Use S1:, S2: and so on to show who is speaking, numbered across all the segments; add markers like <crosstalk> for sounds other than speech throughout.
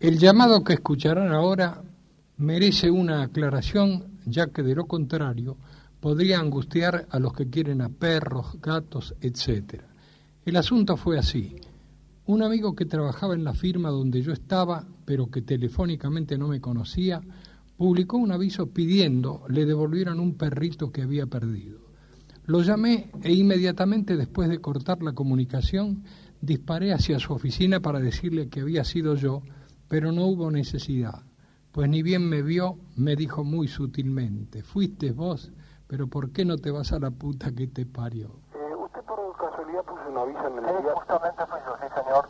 S1: El llamado que escucharán ahora merece una aclaración, ya que de lo contrario podría angustiar a los que quieren a perros, gatos, etc. El asunto fue así. Un amigo que trabajaba en la firma donde yo estaba, pero que telefónicamente no me conocía, publicó un aviso pidiendo le devolvieran un perrito que había perdido. Lo llamé e inmediatamente después de cortar la comunicación disparé hacia su oficina para decirle que había sido yo, pero no hubo necesidad, pues ni bien me vio, me dijo muy sutilmente, fuiste vos, pero ¿por qué no te vas a la puta que te parió?
S2: Eh, ¿Usted por casualidad puso un aviso en el
S3: Sí,
S2: día?
S3: justamente fui yo, sí, señor.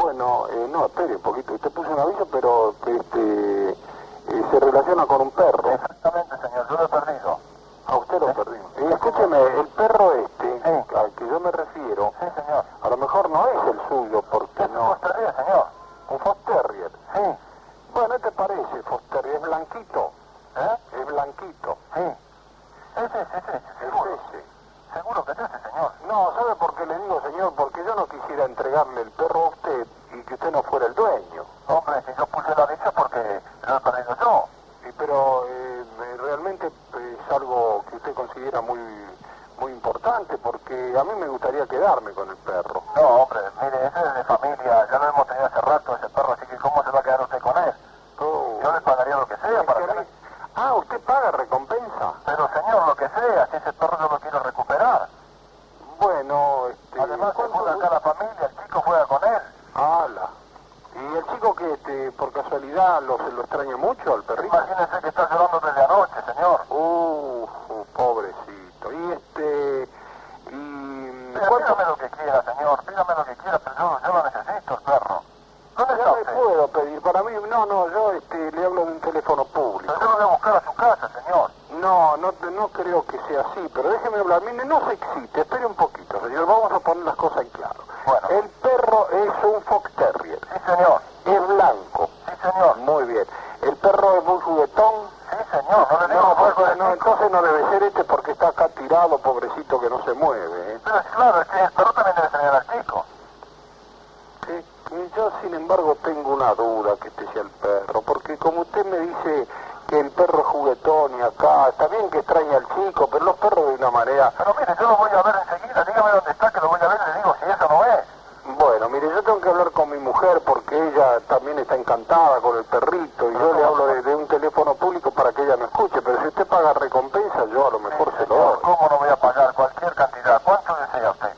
S2: Bueno, eh, no, espere un poquito. Usted puso un aviso, pero este, eh, se relaciona con un perro.
S3: Exactamente, señor, yo lo he perdido.
S2: A usted lo perdí. Eh, escúcheme, el perro este al que yo me refiero,
S3: Sí, señor.
S2: a lo mejor no es el suyo, porque
S3: ¿Es un
S2: no.
S3: Foster Terrier, señor?
S2: Un Fosterrier.
S3: Sí,
S2: Bueno, ¿qué te parece, Fosterrier? Es blanquito.
S3: ¿eh?
S2: Es blanquito.
S3: Sí.
S2: <laughs>
S3: Ese, ese, ese, seguro.
S2: Es ese.
S3: Seguro que es ese, señor.
S2: No, ¿sabe por qué le digo, señor? Porque yo no quisiera entregarle el perro a usted y que usted no fuera el dueño.
S3: Hombre, si yo puse el aviso porque lo he perdido yo.
S2: Y, pero eh, eh, realmente es algo que usted considera muy, muy importante, porque a mí me gustaría quedarme con el perro.
S3: No, hombre, mire, ese es de familia, ya lo hemos tenido hace rato ese perro, así que ¿cómo se va a quedar usted con él?
S2: Oh.
S3: Yo le pagaría lo que sea para que...
S2: Ah, usted paga recompensa.
S3: Pero señor, lo que sea, si ese perro yo lo quiero recuperar.
S2: Bueno, este...
S3: Además, se
S2: ¿cuánto
S3: muda acá
S2: du-
S3: la familia, el chico juega con él.
S2: Ala. ¿Y el chico que, este, por casualidad, lo, se lo extraña mucho al perrito?
S3: Imagínese que está llorando desde anoche, señor.
S2: Uh, uh, pobrecito. Y este... Y...
S3: Mira,
S2: ¿cuánto-
S3: Pídame lo que quiera, señor, pídame lo que quiera, pero yo, yo lo necesito, el perro. ¿Dónde está
S2: Ya le
S3: usted?
S2: puedo pedir. Para mí, no, no, yo este, le hablo de un teléfono público.
S3: Pero yo lo voy a buscar a su casa, señor.
S2: No, no, te- no creo que sea así, pero déjeme hablar. Mire, no se excite, espere un poquito, señor. Vamos a poner las cosas en claro.
S3: Bueno.
S2: El perro es un fox terrier.
S3: Sí, señor.
S2: Es blanco.
S3: Sí, señor.
S2: Muy bien. El perro es muy juguetón.
S3: Sí, señor. No le digo
S2: No, pues,
S3: vuelvo
S2: bueno,
S3: de
S2: no,
S3: no,
S2: entonces no debe ser este porque está acá tirado, pobrecito, que no se mueve. ¿eh?
S3: Pero claro, es que el perro también debe tener al chico.
S2: Eh, yo, sin embargo, tengo una duda que este sea el perro, porque como usted me dice que el perro es juguetón y acá, está bien que extraña al chico, pero los perros de una manera...
S3: Pero mire, yo lo voy a ver enseguida. Dígame dónde está, que lo voy a ver y le digo si eso no es.
S2: Bueno, mire, yo tengo que hablar con mi mujer porque ella también está encantada con el perrito y yo le hablo de, de un teléfono público para que ella no escuche, pero si usted paga recompensa, yo a lo mejor se lo doy.
S3: Señor, ¿cómo no voy a pagar cualquier cantidad? ¿Cuánto desea usted?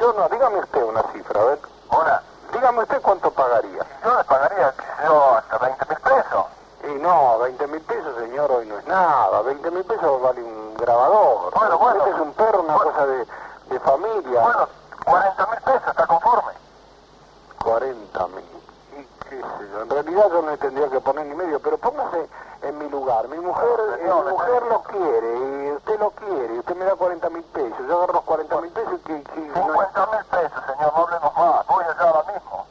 S2: Yo no, dígame usted una cifra, a ver.
S3: Ahora,
S2: Dígame usted cuánto pagaría.
S3: si yo le pagaría, qué sé yo, hasta 20 mil pesos.
S2: Y no, 20 mil pesos, señor, hoy no es nada. 20 mil pesos vale un grabador.
S3: Bueno, bueno.
S2: Este es un perro, una
S3: Bueno.
S2: cosa de, de familia.
S3: Bueno, 40 mil pesos, ¿está conforme?
S2: 40 mil. Y qué sé yo. En realidad yo no le tendría que poner ni medio, pero póngase en mi lugar. Mi mujer,
S3: Bueno,
S2: eh,
S3: señor,
S2: mi
S3: le
S2: mujer
S3: tengo-
S2: lo quiere, y usted lo quiere, y usted me da 40 mil pesos. Yo agarro los 40 mil pesos y que... que no es-
S3: 50 mil pesos, señor, no hablemos más. Voy allá ahora mismo.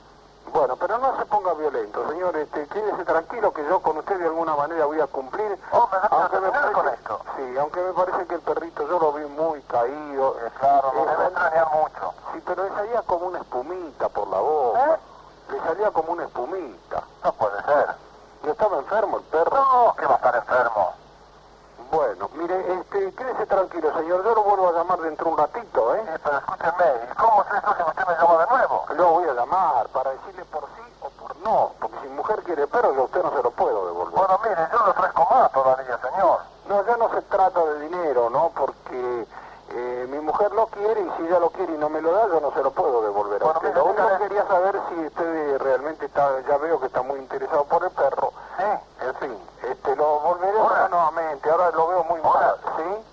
S2: Bueno, pero no se ponga violento, señor. Este, quédese tranquilo que yo con usted de alguna manera voy a cumplir.
S3: Hombre, Oh, no quiero terminar
S2: parece,
S3: con esto.
S2: Sí, aunque me parece que el perrito yo lo vi muy caído.
S3: Eh, claro, me
S2: Eh,
S3: debe extrañar mucho.
S2: Sí, pero le salía como una espumita por la boca.
S3: ¿Eh?
S2: Le salía como una espumita.
S3: No puede ser.
S2: Y estaba enfermo el perro.
S3: No, que va a estar enfermo.
S2: Bueno, mire, este, quédese tranquilo, señor. Yo lo vuelvo a llamar dentro de un ratito,
S3: Sí,
S2: ¿eh?
S3: pero escúcheme, ¿y cómo es eso que usted me llama de nuevo?
S2: Lo voy a llamar para decirle por sí o por no. Porque si mujer quiere perro, yo a usted no se lo puedo devolver.
S3: Bueno, mire, yo lo ofrezco más todavía, señor.
S2: No, ya no se trata de dinero, ¿no? Porque eh, mi mujer lo quiere y si ella lo quiere y no me lo da, yo no se lo puedo devolver a
S3: Bueno,
S2: usted.
S3: mire,
S2: Lo único que
S3: dígale-
S2: quería saber si usted eh, realmente está, ya veo que está muy interesado por el perro.
S3: Sí.
S2: En fin, este, lo volveré a
S3: ¿Eh? Hola.
S2: llamar nuevamente. Ahora lo veo muy mal,
S3: Hola.
S2: ¿sí?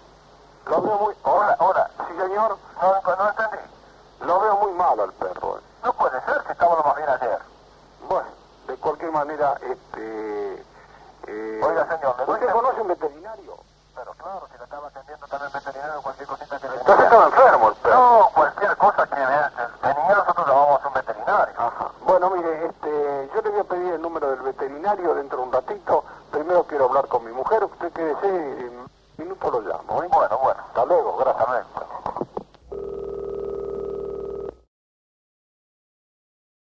S2: Lo veo muy...
S3: Hola, hola.
S2: Sí, señor.
S3: No, no, no entendí.
S2: Lo veo muy mal al perro. eh.
S3: No puede ser que estaba lo más bien ayer.
S2: Bueno, de cualquier manera, este... eh,
S3: Oiga, señor, ¿me
S2: ¿usted
S3: doy-
S2: conoce un veterinario?
S3: Pero claro, si lo estaba atendiendo también veterinario, cualquier cosita que tenía.
S2: Entonces estaba enfermo el perro.
S3: No, cualquier cosa que vea- tenía nosotros llamamos a un veterinario.
S2: Ajá. Bueno, mire, este, yo le voy a pedir el número del veterinario dentro de un ratito. Primero quiero hablar con mi mujer. Usted quédese, eh,